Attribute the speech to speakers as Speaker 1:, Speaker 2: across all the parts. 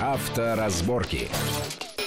Speaker 1: Авторазборки.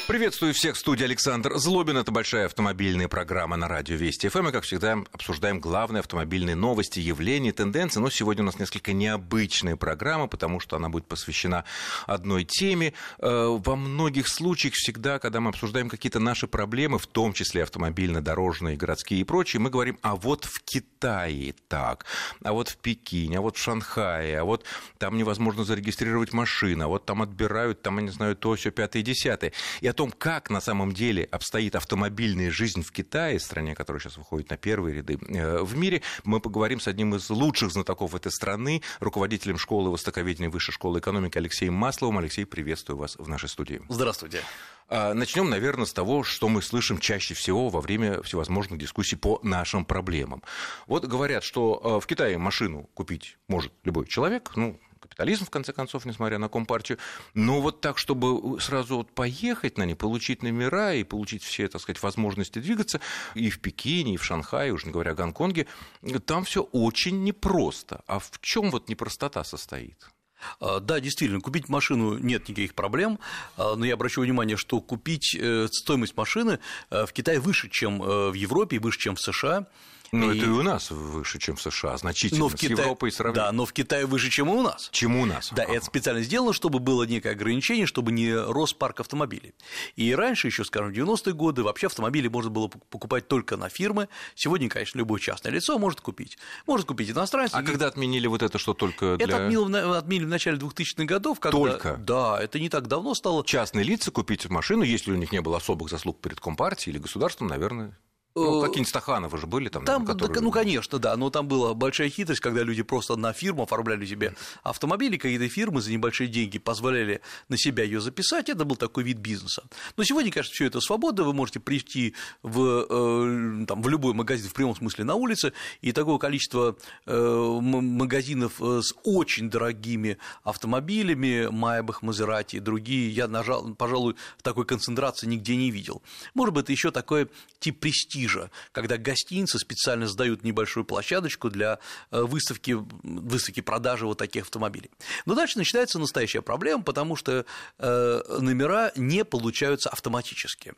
Speaker 2: Приветствую всех в студии Александр Злобин. Это большая автомобильная программа на радио Вести ФМ. И, как всегда, обсуждаем главные автомобильные новости, явления, тенденции. Но сегодня у нас несколько необычная программа, потому что она будет посвящена одной теме. Э, Во многих случаях всегда, когда мы обсуждаем какие-то наши проблемы, в том числе автомобильно-дорожные, городские и прочие, мы говорим, а вот в Китае так, а вот в Пекине, а вот в Шанхае, а вот там невозможно зарегистрировать машину, а вот там отбирают, там, я не знаю, то, все, пятое, десятое. И о том, как на самом деле обстоит автомобильная жизнь в Китае, стране, которая сейчас выходит на первые ряды э, в мире, мы поговорим с одним из лучших знатоков этой страны, руководителем школы востоковедения Высшей школы экономики Алексеем Масловым. Алексей, приветствую вас в нашей студии.
Speaker 3: Здравствуйте.
Speaker 2: А, Начнем, наверное, с того, что мы слышим чаще всего во время всевозможных дискуссий по нашим проблемам. Вот говорят, что э, в Китае машину купить может любой человек, ну, капитализм, в конце концов, несмотря на компартию. Но вот так, чтобы сразу вот поехать на ней, получить номера и получить все, так сказать, возможности двигаться и в Пекине, и в Шанхае, уже не говоря о Гонконге, там все очень непросто. А в чем вот непростота состоит?
Speaker 3: А, Да, действительно, купить машину нет никаких проблем, а, но я обращу внимание, что купить э, стоимость машины э, в Китае выше, чем э, в Европе, и выше, чем в США.
Speaker 2: Ну,
Speaker 3: И-
Speaker 2: это и у нас выше, чем в США, значительно.
Speaker 3: но в Китае...
Speaker 2: С Европой сравнивать.
Speaker 3: Да, но в Китае выше, чем и у нас.
Speaker 2: Чем у нас?
Speaker 3: Да, это специально сделано, чтобы было некое ограничение, чтобы не рос парк автомобилей. И раньше, еще, скажем, в 90-е годы, вообще автомобили можно было пок- покупать только на фирмы. Сегодня, конечно, любое частное лицо может купить. Может купить иностранец.
Speaker 2: А когда отменили вот это, что только для...
Speaker 3: Это отменило в на- отменили в начале 2000-х годов. Когда...
Speaker 2: Только?
Speaker 3: Да, это не так давно стало.
Speaker 2: частные лица купить машину, если у них не было особых заслуг перед Компартией или государством, наверное. Ну,
Speaker 3: Э,
Speaker 2: какие-нибудь Стахановы же были там,
Speaker 3: Там,
Speaker 2: наверное,
Speaker 3: да,
Speaker 2: которые-
Speaker 3: ну, конечно, да, но там была большая хитрость, когда люди просто на фирму оформляли себе автомобили, какие-то фирмы за небольшие деньги позволяли на себя ее записать, это был такой вид бизнеса. Но сегодня, конечно, все это свобода, вы можете прийти в, э, там, в любой магазин, в прямом смысле на улице, и такое количество э, м- магазинов э, с очень дорогими автомобилями, Майбах, Мазерати и другие, я, нажал, пожалуй, такой концентрации нигде не видел. Может быть, еще такой тип престижа, когда гостиницы специально сдают небольшую площадочку для э, выставки, м, выставки продажи вот таких автомобилей. Но дальше начинается настоящая проблема, потому что э, номера не получаются автоматически.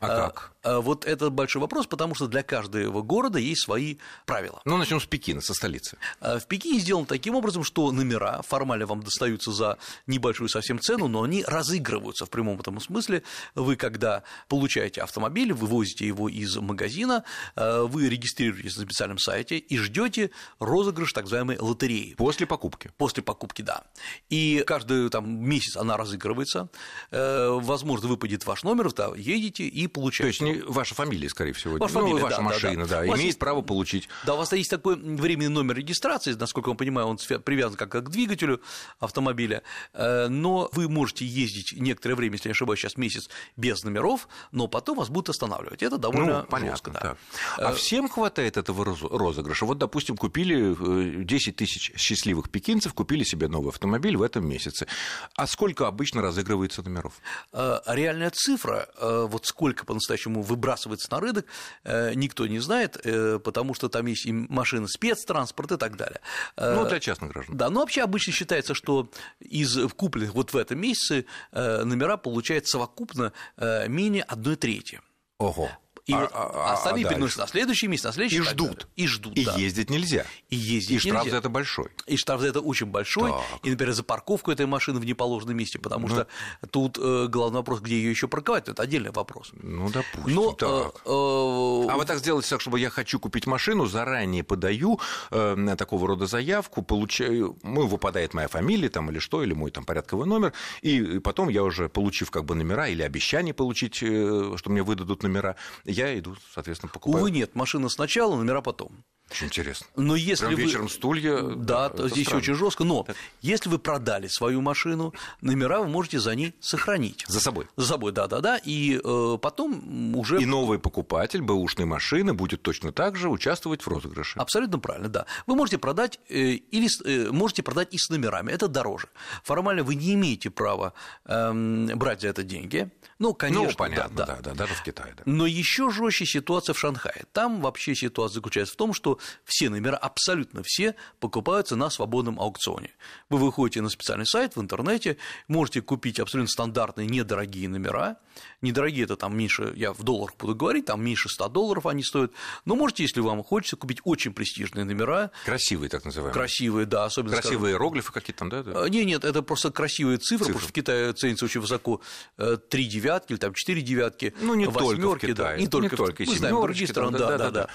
Speaker 2: А
Speaker 3: Э,
Speaker 2: как?
Speaker 3: э, Вот это большой вопрос, потому что для каждого города есть свои правила.
Speaker 2: Ну, начнем с Пекина, со столицы.
Speaker 3: А В Пекине сделано таким образом, что номера формально вам достаются за небольшую совсем цену, но они разыгрываются в прямом этом смысле. Вы, когда получаете автомобиль, вывозите его из магазина, э, вы регистрируетесь на специальном сайте и ждете розыгрыш так называемой лотереи.
Speaker 2: После покупки.
Speaker 3: После покупки, да. И каждый там, месяц она разыгрывается. Э, Возможно, выпадет ваш номер, да, едете и получаете.
Speaker 2: То есть не ваша фамилия, скорее всего.
Speaker 3: Ваша
Speaker 2: ну, и
Speaker 3: фамилия,
Speaker 2: ваша
Speaker 3: да, да,
Speaker 2: машина,
Speaker 3: да.
Speaker 2: да,
Speaker 3: У вас
Speaker 2: имеет
Speaker 3: есть-
Speaker 2: право получить.
Speaker 3: Да, у вас есть такой временный номер регистрации, насколько я понимаю, он свя- привязан как к двигателю автомобиля, Э, но вы можете ездить некоторое время, если не ошибаюсь, сейчас месяц без номеров, но потом вас будут останавливать. Это довольно
Speaker 2: Ну, понятно,
Speaker 3: жестко, да.
Speaker 2: так. А всем хватает этого роз- розыгрыша? Вот, допустим, купили э, 10 тысяч счастливых пекинцев, купили себе новый автомобиль в этом месяце. А сколько обычно разыгрывается номеров?
Speaker 3: Э, Реальная цифра, э, вот сколько по-настоящему выбрасывается на рынок, э, никто не знает, э, потому что там есть и машины спецтранспорт и так далее. Э,
Speaker 2: Ну, для частных граждан.
Speaker 3: Да, но вообще обычно считается, что из купленных вот в этом месяце э, номера получает совокупно э, менее одной трети.
Speaker 2: Ого.
Speaker 3: И
Speaker 2: А-
Speaker 3: вот
Speaker 2: а- а
Speaker 3: остальные
Speaker 2: дальше?
Speaker 3: переносят на следующий месяц, на следующий
Speaker 2: И
Speaker 3: так далее.
Speaker 2: ждут.
Speaker 3: И ждут,
Speaker 2: И
Speaker 3: да.
Speaker 2: ездить нельзя.
Speaker 3: И ездить
Speaker 2: И штраф
Speaker 3: нельзя.
Speaker 2: за это большой.
Speaker 3: И штраф за это очень большой.
Speaker 2: Так.
Speaker 3: И, например, за парковку этой машины в неположенном месте, потому что тут э, главный вопрос, где ее еще парковать, это отдельный вопрос.
Speaker 2: Ну, допустим,
Speaker 3: Но,
Speaker 2: так.
Speaker 3: э, э,
Speaker 2: А вот так сделать так, чтобы я хочу купить машину, заранее подаю э, на такого рода заявку, получаю, ну, выпадает моя фамилия там или что, или мой там порядковый номер, и потом я уже, получив как бы номера или обещание получить, э, что мне выдадут номера, я иду, соответственно, покупаю.
Speaker 3: увы, нет, машина сначала, номера потом.
Speaker 2: Очень интересно.
Speaker 3: Но если
Speaker 2: Прям
Speaker 3: вы...
Speaker 2: вечером стулья.
Speaker 3: Да, то
Speaker 2: Э, это
Speaker 3: здесь
Speaker 2: странно.
Speaker 3: очень жестко. Но если вы продали свою машину, номера вы можете за ней сохранить.
Speaker 2: За собой.
Speaker 3: За собой, да, да, да. И э, потом м, уже
Speaker 2: И новый покупатель бэушной машины будет точно так же участвовать в розыгрыше.
Speaker 3: Абсолютно правильно, да. Вы можете продать э, или с- э, можете продать и с номерами, это дороже. Формально вы не имеете права эм, брать за это деньги. Ну, конечно,
Speaker 2: ну, понятно,
Speaker 3: да, да.
Speaker 2: да, даже в Китае. Да.
Speaker 3: Но еще жестче ситуация в Шанхае. Там вообще ситуация заключается в том, что году все номера, абсолютно все, покупаются на свободном аукционе. Вы выходите на специальный сайт в интернете, можете купить абсолютно стандартные недорогие номера. Недорогие – это там меньше, я в долларах буду говорить, там меньше 100 долларов они стоят. Но можете, если вам хочется, купить очень престижные номера.
Speaker 2: Красивые, так называемые.
Speaker 3: Красивые, да, особенно...
Speaker 2: Красивые скажем, Э, иероглифы какие-то там, да? да?
Speaker 3: Э, Нет, нет, это просто красивые цифры, цифры, потому что в Китае ценится очень высоко Э, три девятки или там четыре девятки,
Speaker 2: ну, не только в Китае,
Speaker 3: да, не только, не только мы знаем другие страны, да, да, да. да.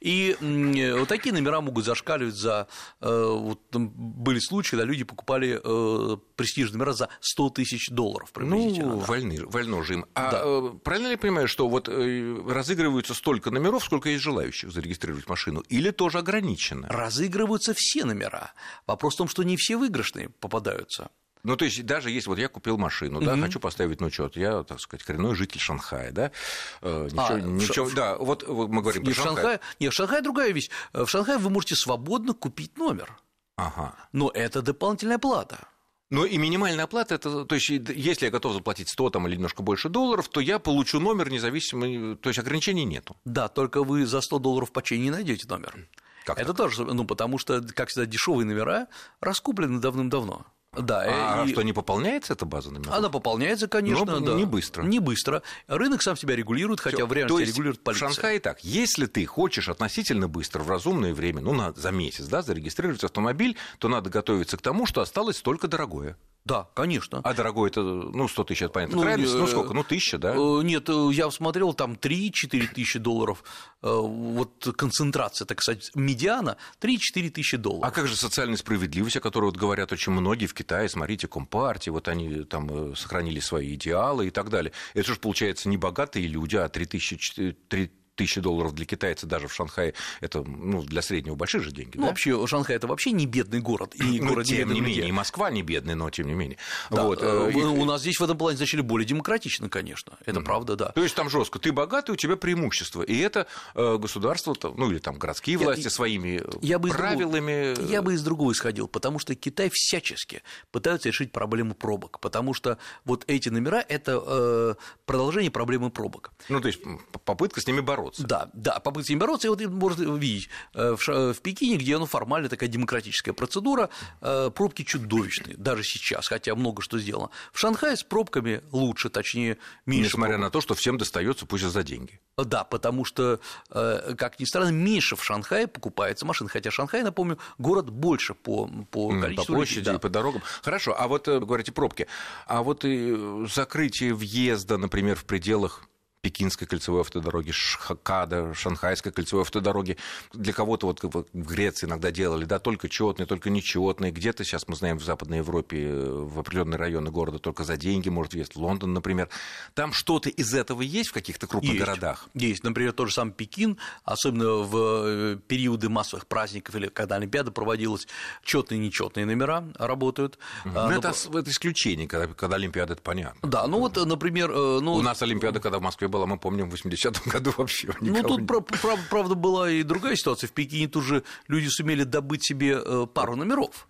Speaker 3: И э, вот такие номера могут зашкаливать за... э, Вот, были случаи, когда люди покупали э, престижные номера за 100 тысяч долларов
Speaker 2: приблизительно. Ну, да. вольны, вольно же им. А да. правильно ли я понимаю, что вот э, разыгрываются столько номеров, сколько есть желающих зарегистрировать машину? Или тоже ограничено?
Speaker 3: Разыгрываются все номера. Вопрос в том, что не все выигрышные попадаются.
Speaker 2: Ну, то есть, даже если вот я купил машину, да, mm-hmm. хочу поставить на учет, я, так сказать, коренной житель Шанхая, да, э, ничего, а, ничего, в... да, вот мы говорим
Speaker 3: не про Шанхай. Шанхай. Нет, Шанхай другая вещь. Э, В Шанхае вы можете свободно купить номер.
Speaker 2: Ага.
Speaker 3: Но это дополнительная плата.
Speaker 2: Но Ну, и минимальная оплата, это, то есть, если я готов заплатить 100 там, или немножко больше долларов, то я получу номер независимо, то есть ограничений нету.
Speaker 3: Да, только вы за 100 долларов почти не найдете номер. Как это так? тоже, ну, потому что, как всегда, дешевые номера раскуплены давным-давно.
Speaker 2: Да,
Speaker 3: Э,
Speaker 2: а и... что, не пополняется эта база номеров?
Speaker 3: Она пополняется, конечно, Но да.
Speaker 2: не быстро.
Speaker 3: Не быстро. Рынок сам себя регулирует, хотя Всё. в реальности
Speaker 2: То есть
Speaker 3: регулирует полиция.
Speaker 2: В Шанхае так, если ты хочешь относительно быстро, в разумное время, ну, на, за месяц, да, зарегистрировать автомобиль, то надо готовиться к тому, что осталось только дорогое.
Speaker 3: Да, конечно.
Speaker 2: А дорогой это, ну, 100 тысяч, это понятно. Ну, крайность,
Speaker 3: э,
Speaker 2: ну, сколько? Ну, тысяча, да?
Speaker 3: Нет, э, я смотрел, там 3-4 тысячи долларов. Э, Вот концентрация, так сказать, медиана 3-4 тысячи долларов.
Speaker 2: А как же социальная справедливость, о которой вот говорят очень многие в Китае, смотрите, компартии, вот они там э, сохранили свои идеалы и так далее. Это же, получается, не богатые люди, а 3 тысячи, 3 тысячи долларов для китайца даже в Шанхае это ну, для среднего большие же деньги.
Speaker 3: Ну, да? вообще Шанхай это вообще не бедный город и
Speaker 2: ну,
Speaker 3: город
Speaker 2: тем не менее и Москва не бедный, но тем не менее.
Speaker 3: Да, вот, э, и... у нас здесь в этом плане значили более демократично, конечно, это mm-hmm. правда, да.
Speaker 2: То есть там жестко, ты богатый, у тебя преимущество, и это государство, ну или там городские я, власти своими я бы правилами.
Speaker 3: Другого, я бы из другого исходил, потому что Китай всячески пытаются решить проблему пробок, потому что вот эти номера это э, продолжение проблемы пробок.
Speaker 2: Ну то есть попытка с ними бороться бороться.
Speaker 3: Да, да, попытки с ним бороться. И вот можно видеть э, в Пекине, где ну, формально такая демократическая процедура, э, пробки чудовищные, даже сейчас, хотя много что сделано. В Шанхае с пробками лучше, точнее, меньше.
Speaker 2: Несмотря пробок. на то, что всем достается пусть за деньги.
Speaker 3: Да, потому что, э, как ни странно, меньше в Шанхае покупается машин. Хотя Шанхай, напомню, город больше по, по количеству.
Speaker 2: По площади людей, да. и по дорогам. Хорошо, а вот говорите пробки. А вот и закрытие въезда, например, в пределах Пекинской кольцевой автодороги, Шхакада, Шанхайской кольцевой автодороги. Для кого-то вот в Греции иногда делали, да, только четные, только нечетные. Где-то сейчас мы знаем в Западной Европе э, в определенные районы города только за деньги, может, есть Лондон, например. Там что-то из этого есть в каких-то крупных
Speaker 3: есть,
Speaker 2: городах?
Speaker 3: Есть. Например, тот же сам Пекин, особенно в э, периоды массовых праздников или когда Олимпиада проводилась, четные и нечетные номера работают. А,
Speaker 2: Ну, Но... это, это исключение, когда, когда Олимпиада, это понятно.
Speaker 3: Да, ну вот, например... Ну...
Speaker 2: У нас Олимпиада, когда в Москве была, мы помним, в 80-м году вообще.
Speaker 3: Ну, тут, не... правда, правда, была и другая ситуация. В Пекине тут же люди сумели добыть себе э, пару номеров.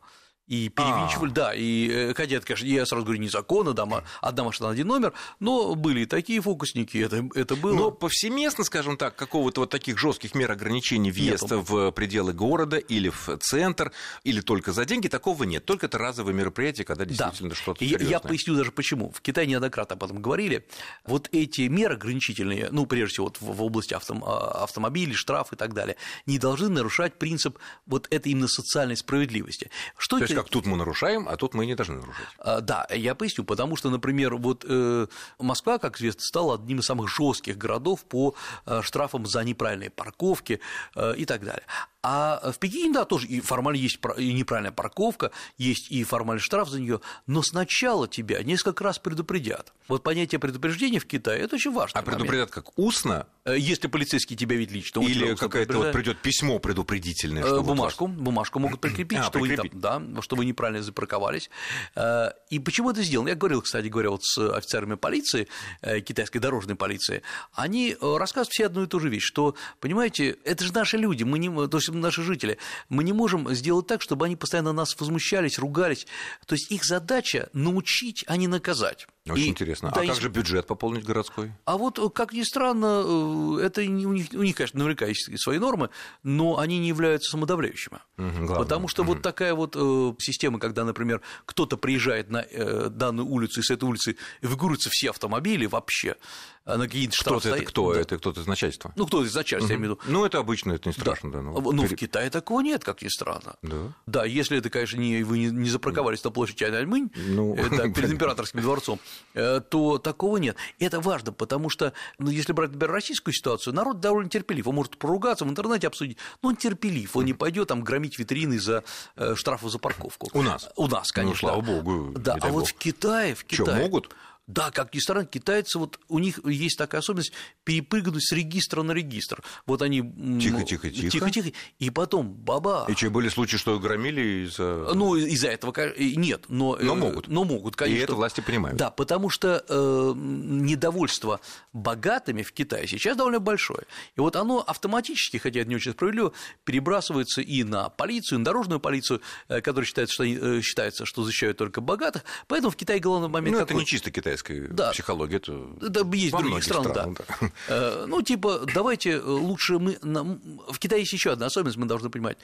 Speaker 3: И
Speaker 2: А.
Speaker 3: перевинчивали, А-а-а. да, и хотя это, конечно, я сразу говорю, незаконно, да, одна машина, один номер, но были и такие фокусники, это, это было.
Speaker 2: Но повсеместно, скажем так, какого-то вот таких жестких мер ограничений въезда нет, в пределы города или в центр, или только за деньги, такого нет, только это разовые мероприятия, когда действительно да. что-то
Speaker 3: серьезное. Я, я поясню даже почему. В Китае неоднократно об этом говорили. Вот эти меры ограничительные, ну, прежде всего, вот в, в области автом, автомобилей, штраф и так далее, не должны нарушать принцип вот этой именно социальной справедливости.
Speaker 2: Что То это как тут мы нарушаем, а тут мы не должны нарушить.
Speaker 3: А, да, я поясню, потому что, например, вот э, Москва, как известно, стала одним из самых жестких городов по э, штрафам за неправильные парковки э, и так далее. А в Пекине, да, тоже и формально есть и неправильная парковка, есть и формальный штраф за нее, но сначала тебя несколько раз предупредят. Вот понятие предупреждения в Китае это очень важно.
Speaker 2: А момент. предупредят как устно?
Speaker 3: Если полицейский тебя видит лично,
Speaker 2: или какое-то вот придет письмо предупредительное, что
Speaker 3: Э, бумажку, вот вас... бумажку могут прикрепить, а, что прикрепить. вы там, да, что вы неправильно запарковались. Э, И почему это сделано? Я говорил, кстати говоря, вот с офицерами полиции, э, китайской дорожной полиции, они э, рассказывают все одну и ту же вещь, что, понимаете, это же наши люди, мы не, то есть допустим, наши жители, мы не можем сделать так, чтобы они постоянно нас возмущались, ругались. То есть их задача научить, а не наказать.
Speaker 2: Очень
Speaker 3: И-
Speaker 2: интересно.
Speaker 3: да,
Speaker 2: а
Speaker 3: и-
Speaker 2: как же бюджет пополнить городской?
Speaker 3: А вот, э, как ни странно, э, это не- у них, у них, конечно, наверняка есть и свои нормы, но они не являются самодавляющими.
Speaker 2: Мгм, главное.
Speaker 3: Потому что вот такая вот э, система, когда, например, кто-то приезжает на э, данную улицу, и с этой улицы эвакуируются все автомобили вообще, а на какие-то штрафы
Speaker 2: Кто-то это
Speaker 3: стоят-
Speaker 2: кто?
Speaker 3: Да.
Speaker 2: Это кто-то из начальства?
Speaker 3: Ну, кто-то из начальства, я имею в виду.
Speaker 2: Ну, это обычно, это не
Speaker 3: Да.
Speaker 2: страшно. Да,
Speaker 3: А вот, ну, в Китае такого нет, как ни странно.
Speaker 2: Да.
Speaker 3: Да, если это, конечно, не, вы не, не запарковались на площади Тяньаньмэнь,
Speaker 2: Ну,
Speaker 3: э, да, перед императорским дворцом, э, то такого нет. Это важно, потому что, ну, если брать, например, российскую ситуацию, народ довольно терпелив. Он может поругаться, в интернете обсудить, но он терпелив, он не пойдет там громить витрины за э, штрафы за парковку.
Speaker 2: У нас? Ну,
Speaker 3: У нас, конечно.
Speaker 2: слава богу,
Speaker 3: Да,
Speaker 2: не
Speaker 3: а
Speaker 2: дай
Speaker 3: вот
Speaker 2: бог.
Speaker 3: в Китае, в
Speaker 2: Чё,
Speaker 3: Китае...
Speaker 2: могут?
Speaker 3: Да, как ни странно, китайцы, вот у них есть такая особенность перепрыгнуть с регистра на регистр. Вот они... м,
Speaker 2: Тихо, тихо, тихо.
Speaker 3: Тихо-тихо. Ну, И потом, баба...
Speaker 2: И че, были случаи, что громили из-за...
Speaker 3: Ну, из-за этого ка- и нет, но... э,
Speaker 2: Но могут.
Speaker 3: Но могут, конечно.
Speaker 2: И это власти понимают.
Speaker 3: Да, потому что э, м, недовольство богатыми в Китае сейчас довольно большое. И вот оно автоматически, хотя это не очень справедливо, перебрасывается и на полицию, и на дорожную полицию, э, которая считается, что, они, э, считается, что защищают только богатых. Поэтому в Китае главный момент
Speaker 2: Ну, это
Speaker 3: какой?
Speaker 2: не чисто китайская
Speaker 3: Да.
Speaker 2: психология, это,
Speaker 3: Да, есть
Speaker 2: во
Speaker 3: других
Speaker 2: многих
Speaker 3: стран,
Speaker 2: странах,
Speaker 3: да.
Speaker 2: да.
Speaker 3: Э, Ну, типа, давайте э, лучше мы... нам- В Китае есть еще одна особенность, мы должны понимать.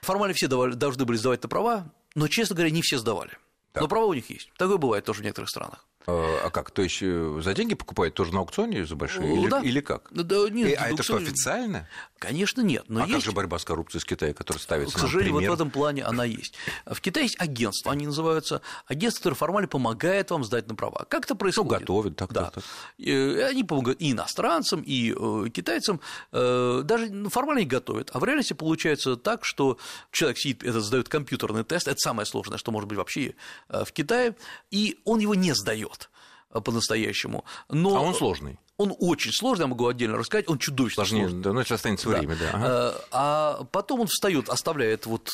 Speaker 3: Формально все давали- должны были сдавать на права, но, честно говоря, не все сдавали.
Speaker 2: Да.
Speaker 3: Но права у них есть. Такое бывает тоже в некоторых странах.
Speaker 2: Э, А как? То есть э, за деньги покупают тоже на аукционе за большие? Или,
Speaker 3: Да.
Speaker 2: или как?
Speaker 3: Ну, да, нет,
Speaker 2: Э, а это что,
Speaker 3: аукцион-
Speaker 2: официально?
Speaker 3: Конечно, нет. Но
Speaker 2: а как
Speaker 3: есть...
Speaker 2: же борьба с коррупцией с Китая, которая ставится
Speaker 3: К
Speaker 2: нам в
Speaker 3: сожалению, вот в
Speaker 2: пример?
Speaker 3: этом плане она есть. В Китае есть агентство, они называются. Агентство, которое формально помогает вам сдать на права. Как это происходит?
Speaker 2: Ну, готовят, так,
Speaker 3: да.
Speaker 2: так, так.
Speaker 3: Э, Они помогают и иностранцам, и э, китайцам. Э, Даже ну, формально их готовят. А в реальности получается так, что человек сидит, это сдает компьютерный тест, это самое сложное, что может быть вообще э, в Китае, и он его не сдает э, по-настоящему. Но
Speaker 2: А он сложный.
Speaker 3: Он очень сложный, я могу отдельно рассказать, он чудовищно
Speaker 2: Сложнее,
Speaker 3: сложный.
Speaker 2: да, ну, если останется время, да. Ага.
Speaker 3: Э, А потом он встает, оставляет вот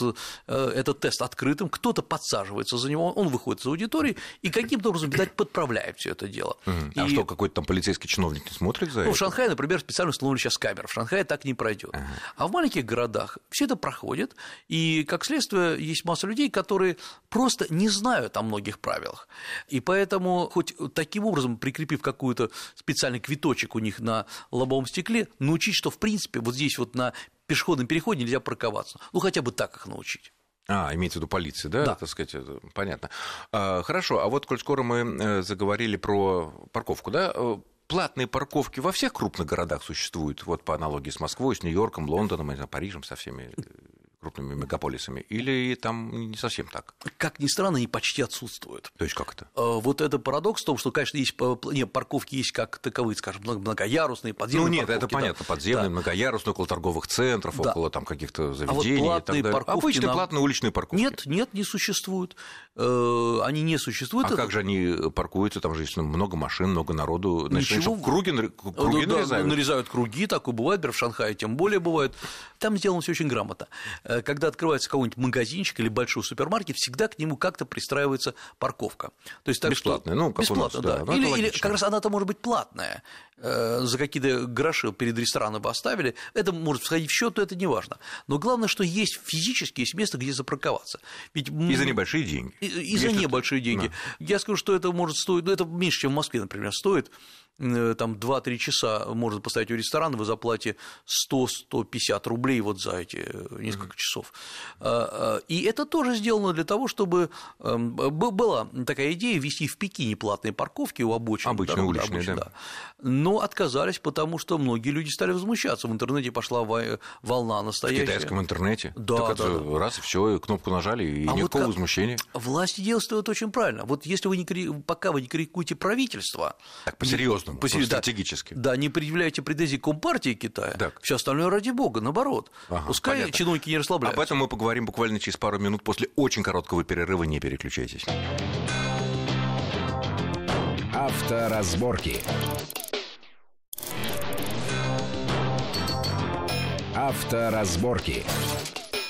Speaker 3: э, этот тест открытым, кто-то подсаживается за него, он выходит из аудитории и каким-то образом, видать, подправляет все это дело.
Speaker 2: Мгм. А
Speaker 3: И,
Speaker 2: что, какой-то там полицейский чиновник не смотрит за
Speaker 3: ну, в
Speaker 2: это?
Speaker 3: Шанхае, например, специально установили сейчас камеры. В Шанхае так не пройдет. А в маленьких городах все это проходит, и, как следствие, есть масса людей, которые просто не знают о многих правилах. И поэтому, хоть таким образом, прикрепив какую-то специальный квиточек у них на лобовом стекле, научить, что, в принципе, вот здесь вот на пешеходном переходе нельзя парковаться. Ну, хотя бы так их научить.
Speaker 2: А, имеется в виду полиция, да?
Speaker 3: Да.
Speaker 2: Так сказать, это понятно. А, хорошо, а вот, коль скоро мы э, заговорили про парковку, да, э, платные парковки во всех крупных городах существуют, вот по аналогии с Москвой, с Нью-Йорком, Лондоном, я не знаю, Парижем, со всеми э, крупными мегаполисами, или там не совсем так?
Speaker 3: Как ни странно, они почти отсутствуют.
Speaker 2: То есть как это?
Speaker 3: Э, Вот это парадокс в том, что, конечно, есть э, пл- не, парковки есть как таковые, скажем, много- многоярусные, подземные
Speaker 2: ну нет,
Speaker 3: парковки,
Speaker 2: это
Speaker 3: да.
Speaker 2: понятно, подземные,
Speaker 3: Да.
Speaker 2: многоярусные, около торговых центров,
Speaker 3: Да. А
Speaker 2: около там каких-то
Speaker 3: вот
Speaker 2: заведений и
Speaker 3: платные
Speaker 2: так далее.
Speaker 3: парковки
Speaker 2: Обычные
Speaker 3: нам-
Speaker 2: платные уличные парковки.
Speaker 3: Нет, нет, не существуют. Э, Они не существуют.
Speaker 2: А
Speaker 3: Это-
Speaker 2: как же они паркуются, там же есть ну, много машин, много народу. Значит, они
Speaker 3: Ничего.
Speaker 2: что, круги, нар-
Speaker 3: Э,
Speaker 2: круги
Speaker 3: да,
Speaker 2: нарезают?
Speaker 3: нарезают круги, так и бывает, например, в Шанхае тем более бывает. Там сделано все очень грамотно. Э, Когда открывается какой-нибудь магазинчик или большой супермаркет, всегда к нему как-то пристраивается парковка. То есть так что-
Speaker 2: Бесплатная, ну, как у нас,
Speaker 3: бесплатно,
Speaker 2: да. Ну, это
Speaker 3: Или, или
Speaker 2: логично.
Speaker 3: как раз она-то может быть платная. Э, За какие-то гроши перед рестораном бы оставили. Это может входить в счет, но это не важно. Но главное, что есть физически, есть место, где запарковаться. Ведь м,
Speaker 2: И за небольшие деньги.
Speaker 3: И, и за
Speaker 2: Если-
Speaker 3: небольшие деньги. Я скажу, что это может стоить, ну, это меньше, чем в Москве, например, стоит. Э, Там 2-3 часа можно поставить у ресторана, вы заплатите 100-150 рублей вот за эти э, несколько часов. А, а, И это тоже сделано для того, чтобы эм, б- была такая идея ввести в Пекине платные парковки у обочин.
Speaker 2: Обычные,
Speaker 3: дорог,
Speaker 2: уличные,
Speaker 3: обочин,
Speaker 2: да.
Speaker 3: Но отказались, потому что многие люди стали возмущаться. В интернете пошла во- волна
Speaker 2: В
Speaker 3: настоящая.
Speaker 2: китайском интернете.
Speaker 3: Да,
Speaker 2: так это
Speaker 3: да,
Speaker 2: раз, все, кнопку нажали, и
Speaker 3: А вот
Speaker 2: никакого
Speaker 3: как-
Speaker 2: возмущения.
Speaker 3: Власти делают это очень правильно. Вот если вы не кри- пока вы не критикуете правительство,
Speaker 2: Так, по-серьезному,
Speaker 3: по-серьез- да.
Speaker 2: стратегически.
Speaker 3: да, не предъявляете претензий Компартии Китая,
Speaker 2: Так.
Speaker 3: все остальное ради бога, наоборот.
Speaker 2: Ага,
Speaker 3: Пускай
Speaker 2: понятно. А
Speaker 3: чиновники не расслабляются.
Speaker 2: Об этом мы поговорим буквально через пару минут после очень короткого перерыва. Не переключайтесь.
Speaker 1: Авторазборки. Авторазборки.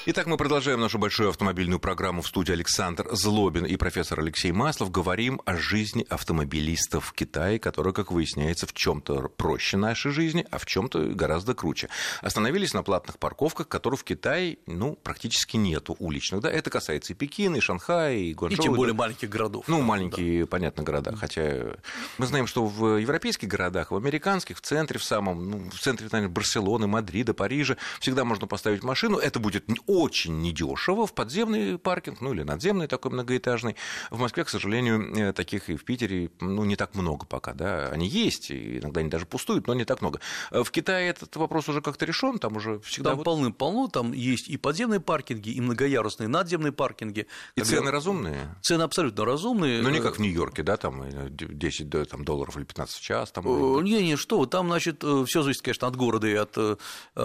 Speaker 2: Итак, мы продолжаем нашу большую автомобильную программу в студии Александр Злобин и профессор Алексей Маслов. Говорим о жизни автомобилистов в Китае, которая, как выясняется, в чем-то проще нашей жизни, а в чем-то гораздо круче. Остановились на платных парковках, которых в Китае ну, практически нету уличных. Да? Это касается и Пекина, и Шанхая, и
Speaker 3: И
Speaker 2: Гуанчжоу.
Speaker 3: тем
Speaker 2: и
Speaker 3: более
Speaker 2: друг-
Speaker 3: маленьких городов.
Speaker 2: ну, маленькие, понятно, города. Хотя э, мы знаем, что в европейских городах, в американских, в центре, в самом, ну, в центре, наверное, Барселоны, Мадрида, Парижа, всегда можно поставить машину. Это будет н- очень недешево в подземный паркинг, ну, или надземный такой многоэтажный. В Москве, к сожалению, э, таких и в Питере, ну, не так много пока, да. Они есть, и иногда они даже пустуют, но не так много. Э, В Китае этот вопрос уже как-то решен, там уже всегда...
Speaker 3: Там
Speaker 2: вот-
Speaker 3: полным-полно, там есть и подземные паркинги, и многоярусные надземные паркинги.
Speaker 2: И
Speaker 3: Когда-
Speaker 2: цены разумные.
Speaker 3: Цены абсолютно разумные.
Speaker 2: Ну, не как в Нью-Йорке, да, там э, 10 до- там, долларов или 15 в час. Там,
Speaker 3: Э, Не, не, что вы, там, значит, все зависит, конечно, от города и от э,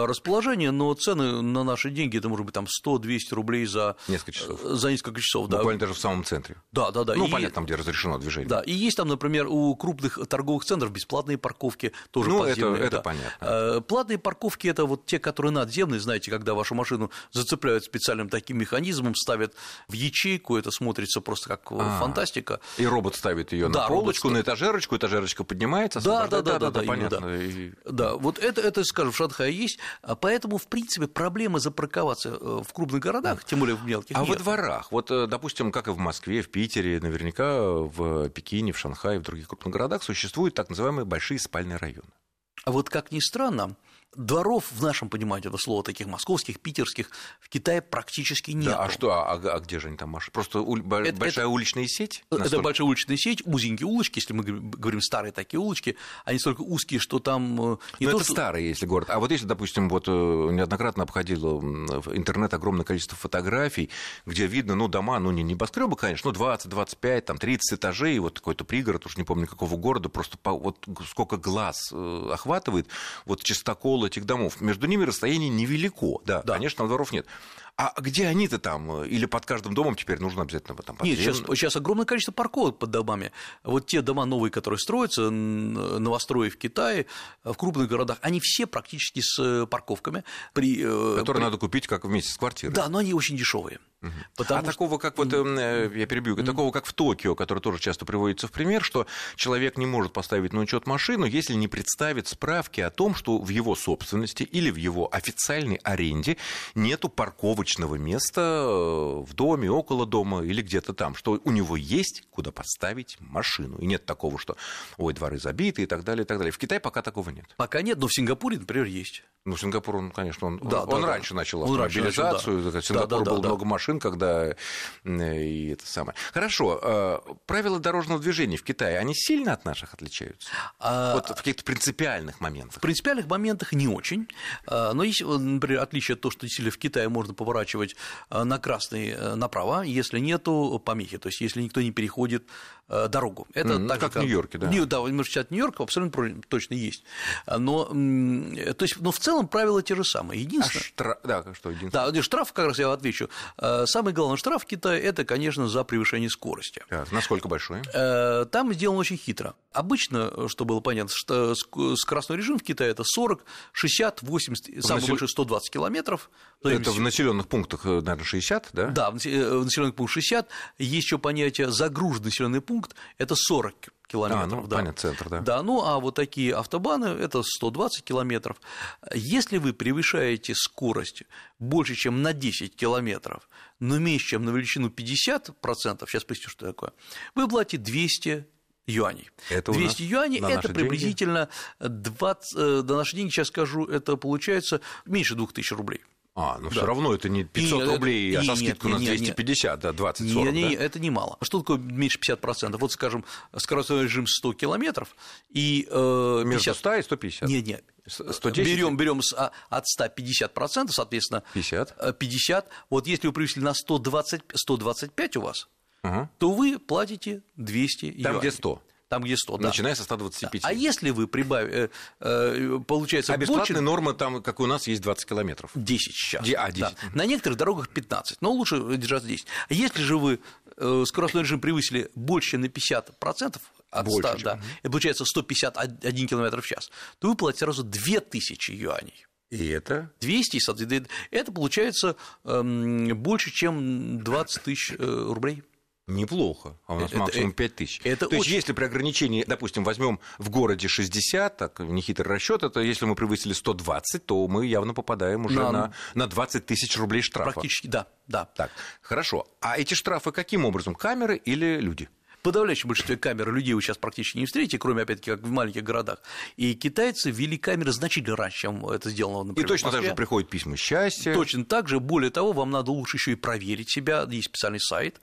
Speaker 3: расположения, но цены на наши деньги, это может быть там 100-200 рублей за...
Speaker 2: Несколько часов.
Speaker 3: э, За несколько часов, да.
Speaker 2: Буквально даже в самом центре.
Speaker 3: Да, да, да.
Speaker 2: Ну,
Speaker 3: И-
Speaker 2: понятно, там, где разрешено движение.
Speaker 3: Да, и есть там, например, у крупных торговых центров бесплатные парковки, тоже
Speaker 2: Ну, это-
Speaker 3: подземные.
Speaker 2: это
Speaker 3: да.
Speaker 2: понятно.
Speaker 3: Э, Платные парковки – это вот те, которые надземные, знаете, когда вашу машину зацепляют специальным таким механизмом, ставят в ячейку, это смотрится просто как э,
Speaker 2: А.
Speaker 3: фантастика.
Speaker 2: И робот ставит ее
Speaker 3: Да,
Speaker 2: на
Speaker 3: робот
Speaker 2: полочку,
Speaker 3: ставит.
Speaker 2: на этажерочку, этажерочка поднимается,
Speaker 3: Да,
Speaker 2: освобождает-
Speaker 3: да, да, да, да, именно,
Speaker 2: понятно. И-
Speaker 3: Да, вот это, это, скажем, в Шанхае есть, а поэтому, в принципе, проблемы запарковаться э, в крупных городах, тем более в мелких,
Speaker 2: А во
Speaker 3: нет.
Speaker 2: дворах, вот, э, допустим, как и в Москве, в Питере, наверняка в Пекине, в Шанхае, в других крупных городах существуют так называемые большие спальные районы.
Speaker 3: А вот как ни странно, дворов, в нашем понимании этого слова, таких московских, питерских, в Китае практически нет.
Speaker 2: Да, а что, а, а- а где же они там, Маша? Просто уль- бо-
Speaker 3: Это- Э,
Speaker 2: большая уличная сеть?
Speaker 3: Это
Speaker 2: Настолько?
Speaker 3: большая уличная сеть, узенькие улочки, если мы г- говорим старые такие улочки, они столько узкие, что там... э, не
Speaker 2: Но
Speaker 3: то,
Speaker 2: это
Speaker 3: что-
Speaker 2: старый, если город. А вот если, допустим, вот э, неоднократно обходило м, в интернет огромное количество фотографий, где видно, ну, дома, ну, не небоскребы, конечно, ну, 20, 25, там, 30 этажей, и вот какой-то пригород, уж не помню какого города, просто по- вот г- сколько глаз э, охватывает, вот частокол этих домов. Между ними расстояние невелико, да,
Speaker 3: Да.
Speaker 2: конечно, там дворов нет. А где они-то там? э, Или под каждым домом теперь нужно обязательно вот там
Speaker 3: Нет, э, сейчас,
Speaker 2: подземный-
Speaker 3: сейчас огромное количество парковок под домами. Вот те дома новые, которые строятся, н- новострои в Китае, в крупных городах, они все практически с э, парковками. При, э,
Speaker 2: который
Speaker 3: при-
Speaker 2: надо купить как вместе с квартирой.
Speaker 3: Да, но они очень дешевые.
Speaker 2: а такого, как вот, э, я перебью, такого, как в Токио, который тоже часто приводится в пример, что человек не может поставить на учет машину, если не представит справки о том, что в его собственности или в его официальной аренде нету парковочного места э, в доме, около дома или где-то там, что у него есть куда поставить машину. И нет такого, что, ой, дворы забиты и так далее, и так далее. В Китае пока такого нет.
Speaker 3: Пока нет, но в Сингапуре, например, есть.
Speaker 2: Ну, Сингапур, он, конечно, он,
Speaker 3: Да,
Speaker 2: он
Speaker 3: да, да.
Speaker 2: раньше начал
Speaker 3: Он раньше начал, да.
Speaker 2: автомобилизацию.
Speaker 3: Да,
Speaker 2: Сингапур
Speaker 3: да, да,
Speaker 2: было
Speaker 3: да.
Speaker 2: много машин, когда э, и это самое. Хорошо, э, правила дорожного движения в Китае, они сильно от наших отличаются?
Speaker 3: А-
Speaker 2: Вот в каких-то принципиальных моментах.
Speaker 3: В принципиальных моментах не очень. А, Но есть, вот, например, отличие от того, что действительно в Китае можно поворачивать а, на красный э, направо, если нету помехи, то есть если никто не переходит э, дорогу. Это
Speaker 2: Мгм, ну,
Speaker 3: так же,
Speaker 2: как в Нью-Йорке, да.
Speaker 3: Нью- да, университет Нью-Йорка абсолютно про- точно есть. А, Но, м, э, то есть, но в целом правила те же самые.
Speaker 2: А
Speaker 3: Единственное,
Speaker 2: штра- Да, что, единственное.
Speaker 3: да, штраф, как раз я отвечу. Э, Самый главный штраф в Китае – это, конечно, за превышение скорости.
Speaker 2: Так, насколько большое?
Speaker 3: Э, Там сделано очень хитро. Обычно, э, что было понятно, что ск- скоростной режим в Китае это 40, 60, 80, и самый
Speaker 2: насел-
Speaker 3: большой 120 километров. То есть,
Speaker 2: Это в населенных пунктах, э, наверное, 60, да?
Speaker 3: Да, в насе- э, в населенный пункт 60. Есть еще понятие загруженный населенный пункт это 40 километров.
Speaker 2: А, ну,
Speaker 3: да.
Speaker 2: понятно, центр, да.
Speaker 3: Да, ну а вот такие автобаны это 120 километров. Если вы превышаете скорость больше, чем на 10 километров, но меньше, чем на величину 50%, сейчас поясню, что такое, вы платите 200 юаней.
Speaker 2: Это у
Speaker 3: 200
Speaker 2: нас
Speaker 3: юаней
Speaker 2: на наши
Speaker 3: это
Speaker 2: деньги?
Speaker 3: приблизительно 20, э, на наши деньги, сейчас скажу, это получается меньше 2000 рублей.
Speaker 2: А, ну все
Speaker 3: Да.
Speaker 2: равно это не 500
Speaker 3: И это-
Speaker 2: рублей, а
Speaker 3: и
Speaker 2: со
Speaker 3: нет,
Speaker 2: скидку
Speaker 3: нет,
Speaker 2: на
Speaker 3: нет, нет.
Speaker 2: 250, да, 20-40,
Speaker 3: Не, не,
Speaker 2: да?
Speaker 3: не, это немало. Что такое меньше 50%? Вот, скажем, скоростной режим 100 километров и э,
Speaker 2: Между
Speaker 3: 50...
Speaker 2: 100 и 150.
Speaker 3: Нет, нет.
Speaker 2: 110?
Speaker 3: Берем, берем с- а, от 100 50%, соответственно,
Speaker 2: 50.
Speaker 3: э, 50. Вот если вы превысили на 120, 125 у вас,
Speaker 2: Ага.
Speaker 3: то вы платите 200
Speaker 2: Там, где
Speaker 3: юаней.
Speaker 2: 100.
Speaker 3: Там, где 100, да.
Speaker 2: Начиная со 125.
Speaker 3: А если вы прибавите, получается,
Speaker 2: А
Speaker 3: больше...
Speaker 2: бесплатная норма там, как и у нас, есть 20 километров.
Speaker 3: 10 сейчас.
Speaker 2: Де- а, 10.
Speaker 3: Да. На некоторых дорогах 15, но лучше держаться 10. Если же вы э, скоростной режим превысили больше, чем на 50%, от
Speaker 2: Больше,
Speaker 3: 100,
Speaker 2: чем.
Speaker 3: да, и получается 151 км в час, то вы платите сразу 2000 юаней.
Speaker 2: И это?
Speaker 3: 200, и, соответственно, это получается эм, больше, чем 20 тысяч э, рублей.
Speaker 2: Неплохо. А у нас
Speaker 3: Это-
Speaker 2: максимум
Speaker 3: э,
Speaker 2: 5 тысяч.
Speaker 3: это
Speaker 2: То есть,
Speaker 3: очень-
Speaker 2: если при ограничении, допустим, возьмем в городе 60, так нехитрый расчет, это если мы превысили 120, то мы явно попадаем уже
Speaker 3: На-
Speaker 2: на, на 20 тысяч рублей штрафа.
Speaker 3: Практически, да, да.
Speaker 2: Так, хорошо. А эти штрафы каким образом? Камеры или люди?
Speaker 3: В подавляющем большинстве камер людей вы сейчас практически не встретите, кроме, опять-таки, как в маленьких городах. И китайцы ввели камеры значительно раньше, чем это
Speaker 2: И
Speaker 3: сделано, например, в
Speaker 2: точно так
Speaker 3: Москве.
Speaker 2: же приходят письма счастья.
Speaker 3: Точно так же. Более того, вам надо лучше еще и проверить себя. Есть специальный сайт.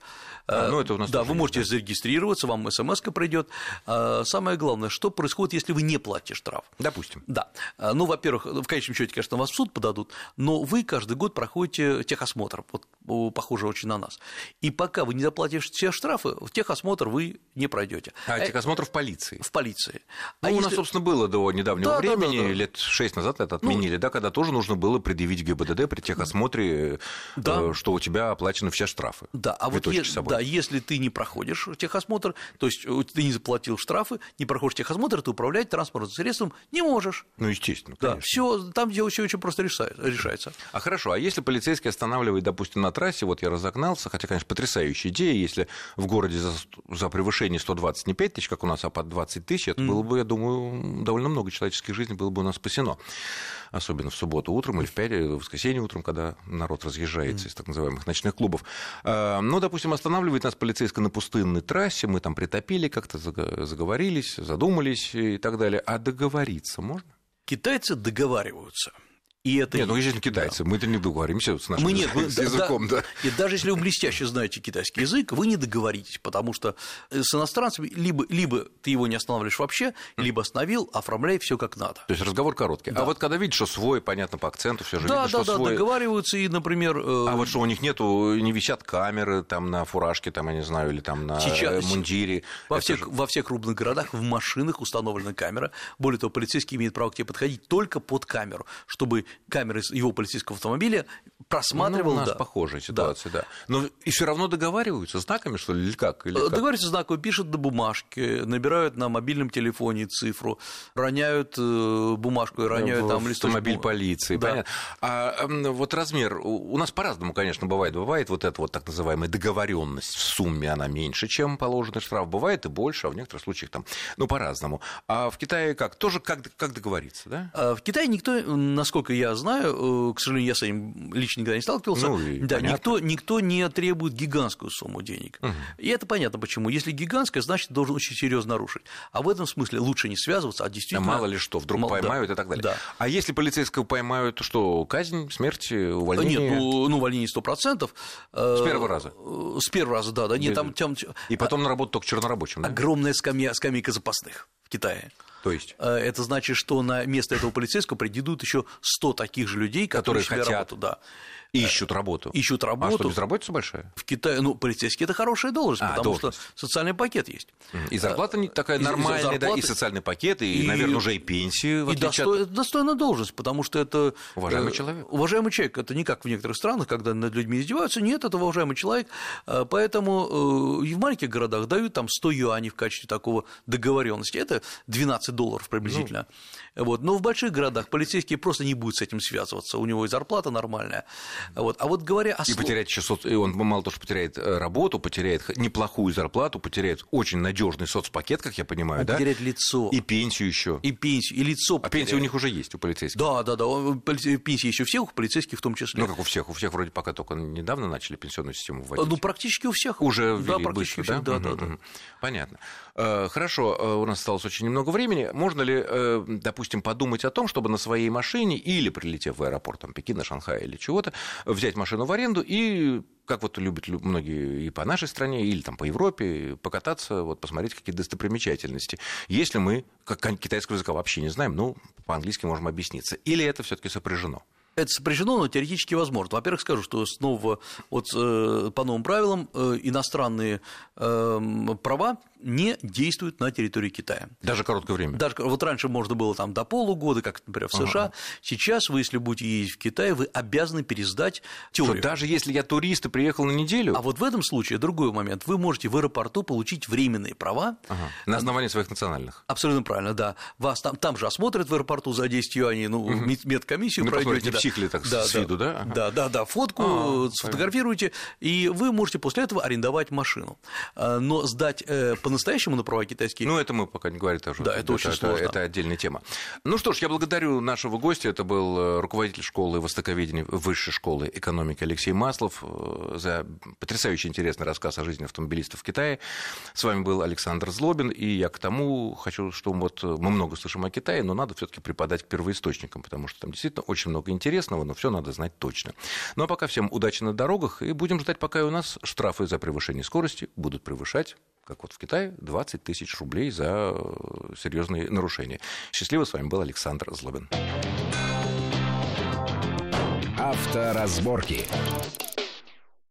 Speaker 3: Э,
Speaker 2: А, ну, это у нас
Speaker 3: да,
Speaker 2: тоже
Speaker 3: вы
Speaker 2: есть,
Speaker 3: можете зарегистрироваться, вам смс придет. А, Самое главное, что происходит, если вы не платите штраф?
Speaker 2: Допустим.
Speaker 3: Да. А, Ну, во-первых, в конечном счете, конечно, вас в суд подадут, но вы каждый год проходите техосмотр, вот, о, похоже очень на нас. И пока вы не заплатите все штрафы, в техосмотр вы не пройдете. Э,
Speaker 2: А техосмотр в полиции.
Speaker 3: В полиции.
Speaker 2: Ну,
Speaker 3: А
Speaker 2: у нас,
Speaker 3: если-
Speaker 2: собственно, было до недавнего
Speaker 3: Да, да, да,
Speaker 2: времени,
Speaker 3: да. Ну,
Speaker 2: лет шесть назад это отменили, да, когда тоже нужно было предъявить ГИБДД при техосмотре, э,
Speaker 3: Да.
Speaker 2: э, что у тебя оплачены все штрафы.
Speaker 3: Да, а вот
Speaker 2: Виточки
Speaker 3: е-
Speaker 2: с собой.
Speaker 3: да, если ты не проходишь техосмотр, то есть э, ты не заплатил штрафы, не проходишь техосмотр, ты управлять транспортным средством не можешь.
Speaker 2: Ну, естественно,
Speaker 3: Да,
Speaker 2: конечно.
Speaker 3: все, там все очень просто решай- решается.
Speaker 2: А хорошо, а если полицейский останавливает, допустим, на трассе, вот я разогнался, хотя, конечно, потрясающая идея, если в городе за, ст- за превышение 120 не 5 тысяч, как у нас, а под 20 тысяч, это было бы, я думаю, довольно много человеческих жизней было бы у нас спасено. Особенно в субботу утром или в пять- э, в воскресенье утром, когда народ разъезжается из так называемых ночных клубов. А, Ну, допустим, останавливает нас полицейский на пустынной трассе, мы там притопили, как-то заг- заговорились, задумались и так далее. А договориться можно?
Speaker 3: Китайцы договариваются. И это
Speaker 2: Нет, ну, естественно, китайцы. Мы-то не договоримся с нашим
Speaker 3: Мы нет, вы-
Speaker 2: с
Speaker 3: да-
Speaker 2: языком, да.
Speaker 3: И даже если вы блестяще знаете китайский язык, вы не договоритесь, потому что э, с иностранцами либо, либо ты его не останавливаешь вообще, либо остановил, оформляй все как надо.
Speaker 2: То есть разговор короткий. А вот когда видишь, что свой, понятно, по акценту все же
Speaker 3: Да,
Speaker 2: видно,
Speaker 3: да,
Speaker 2: что
Speaker 3: да,
Speaker 2: свой.
Speaker 3: договариваются и, например, э,
Speaker 2: А вот что у них нету, не висят камеры там на фуражке, там, я не знаю, или там на
Speaker 3: Сейчас-
Speaker 2: э, мундире.
Speaker 3: Во
Speaker 2: Это
Speaker 3: всех,
Speaker 2: же- ну,
Speaker 3: во всех крупных городах в машинах установлена камера. Более того, полицейский имеет право к тебе подходить только под камеру, чтобы камера из его полицейского автомобиля
Speaker 2: Ну,
Speaker 3: просматривала.
Speaker 2: у нас
Speaker 3: да.
Speaker 2: похожая
Speaker 3: Да.
Speaker 2: ситуация, да. Но и все равно договариваются знаками, что ли, или как? Или
Speaker 3: Э,
Speaker 2: как?
Speaker 3: Договорятся знаково, пишут на бумажке, набирают на мобильном телефоне цифру, роняют э, бумажку и роняют
Speaker 2: В
Speaker 3: там листочек.
Speaker 2: автомобиль полиции,
Speaker 3: Да.
Speaker 2: понятно. А м, вот размер, у у нас по-разному, конечно, бывает. Бывает вот эта вот так называемая договоренность в сумме, она меньше, чем положенный штраф. Бывает и больше, а в некоторых случаях там, ну, по-разному. А в Китае как? Тоже как, как договориться, да?
Speaker 3: А В Китае никто, э, насколько я знаю, э, к сожалению, я с этим лично никогда не сталкивался,
Speaker 2: Ну, и
Speaker 3: да,
Speaker 2: понятно.
Speaker 3: никто, никто не требует гигантскую сумму денег. И это понятно почему. Если гигантская, значит, ты должен очень серьезно нарушить. А в этом смысле лучше не связываться, а
Speaker 2: Да
Speaker 3: действительно...
Speaker 2: мало ли что, вдруг
Speaker 3: Мало- да,
Speaker 2: поймают и так далее.
Speaker 3: да.
Speaker 2: А если полицейского поймают, то что, казнь, смерть,
Speaker 3: Э,
Speaker 2: увольнение?
Speaker 3: Нет, ну, ну увольнение 100%. С
Speaker 2: первого раза?
Speaker 3: э, С первого раза, да. да нет, там, там
Speaker 2: И потом на работу только чернорабочим, да?
Speaker 3: огромная скамья, скамейка запасных в Китае.
Speaker 2: То есть,
Speaker 3: Э, Это значит, что на место этого полицейского придут еще 100 таких же людей,
Speaker 2: Которые
Speaker 3: которые, себе
Speaker 2: хотят.
Speaker 3: работу, да,
Speaker 2: ищут работу.
Speaker 3: ищут
Speaker 2: А что,
Speaker 3: работу.
Speaker 2: безработица большая?
Speaker 3: в Китае, ну, полицейский это хорошая должность,
Speaker 2: А,
Speaker 3: потому
Speaker 2: должность.
Speaker 3: что социальный пакет есть.
Speaker 2: И зарплата не такая
Speaker 3: и- и
Speaker 2: нормальная, да, и
Speaker 3: зарплата-
Speaker 2: социальный пакет, и,
Speaker 3: и-
Speaker 2: наверное, уже и пенсии, в
Speaker 3: И
Speaker 2: отличие от
Speaker 3: достой- достойная должность, потому что это...
Speaker 2: Уважаемый
Speaker 3: э,
Speaker 2: человек.
Speaker 3: Уважаемый человек, это не как в некоторых странах, когда над людьми издеваются. Нет, это уважаемый человек. Э, Поэтому э, и в маленьких городах дают там 100 юаней в качестве такого договоренности. Это 12 долларов приблизительно.
Speaker 2: Ну.
Speaker 3: Вот. Но в больших городах полицейский просто не будет с этим связываться. У него и зарплата нормальная. Вот. А вот говоря о...
Speaker 2: И
Speaker 3: сло-
Speaker 2: потерять еще соц... и он мало того, что потеряет э, работу, потеряет х- неплохую зарплату, потеряет очень надежный соцпакет, как я понимаю,
Speaker 3: Он
Speaker 2: да?
Speaker 3: потеряет лицо.
Speaker 2: И пенсию еще.
Speaker 3: и пенсию, и лицо.
Speaker 2: А пенсия у
Speaker 3: потеряет.
Speaker 2: них уже есть, у полицейских.
Speaker 3: Да, да, да. он- поли- Пенсии еще всех, у полицейских в том числе.
Speaker 2: Ну, как у всех. У всех вроде пока только недавно начали пенсионную систему
Speaker 3: Э,
Speaker 2: вводить.
Speaker 3: ну, практически у всех.
Speaker 2: Уже ввели
Speaker 3: да, практически
Speaker 2: быстро,
Speaker 3: у всех, да,
Speaker 2: Мгм,
Speaker 3: да, да.
Speaker 2: мгм. Понятно. Э, Хорошо, э, у нас осталось очень немного времени. Можно ли, э, допустим, подумать о том, чтобы на своей машине или прилетев в аэропорт там, Пекина, Шанхая или чего-то, взять машину в аренду и, как вот любят лю- многие и по нашей стране, или там по Европе, покататься, вот, посмотреть какие-то достопримечательности. Если мы как кон- китайского языка вообще не знаем, ну, по-английски можем объясниться. Или это все таки сопряжено?
Speaker 3: Это запрещено, но теоретически возможно. Во-первых, скажу, что снова вот, э, по новым правилам э, иностранные эм, права не действует на территории Китая.
Speaker 2: Даже короткое время.
Speaker 3: Даже вот раньше можно было там до полугода, как, например, в США.
Speaker 2: Ага.
Speaker 3: Сейчас вы, если будете ездить в Китай, вы обязаны пересдать
Speaker 2: Что,
Speaker 3: теорию.
Speaker 2: даже если я турист и приехал на неделю
Speaker 3: А вот в этом случае другой момент. Вы можете в аэропорту получить временные права.
Speaker 2: Ага, на основании своих национальных.
Speaker 3: Абсолютно правильно, да. Вас там, там же осмотрят в аэропорту за 10 юаней, ну, мед- медкомиссию
Speaker 2: Ну, посмотрите,
Speaker 3: пройдете.
Speaker 2: не псих ли так с- с виду, да? Ага.
Speaker 3: Да, да, да, фотку
Speaker 2: А,
Speaker 3: э, сфотографируете, и вы можете после этого арендовать машину. А, Но сдать э, по-настоящему на права китайские...
Speaker 2: Ну, это мы пока не говорим тоже.
Speaker 3: Да, это очень сложно.
Speaker 2: Это, отдельная тема. Ну что ж, я благодарю нашего гостя. Это был э, руководитель школы востоковедения Высшей школы экономики Алексей Маслов э, за потрясающе интересный рассказ о жизни автомобилистов в Китае. С вами был Александр Злобин. И я к тому хочу, что вот э, мы много слышим о Китае, но надо все-таки преподать к первоисточникам, потому что там действительно очень много интересного, но все надо знать точно. Ну а пока всем удачи на дорогах и будем ждать, пока и у нас штрафы за превышение скорости будут превышать как вот в Китае, 20 тысяч рублей за э, серьезные нарушения. Счастливо, с вами был Александр Злобин.
Speaker 1: Авторазборки.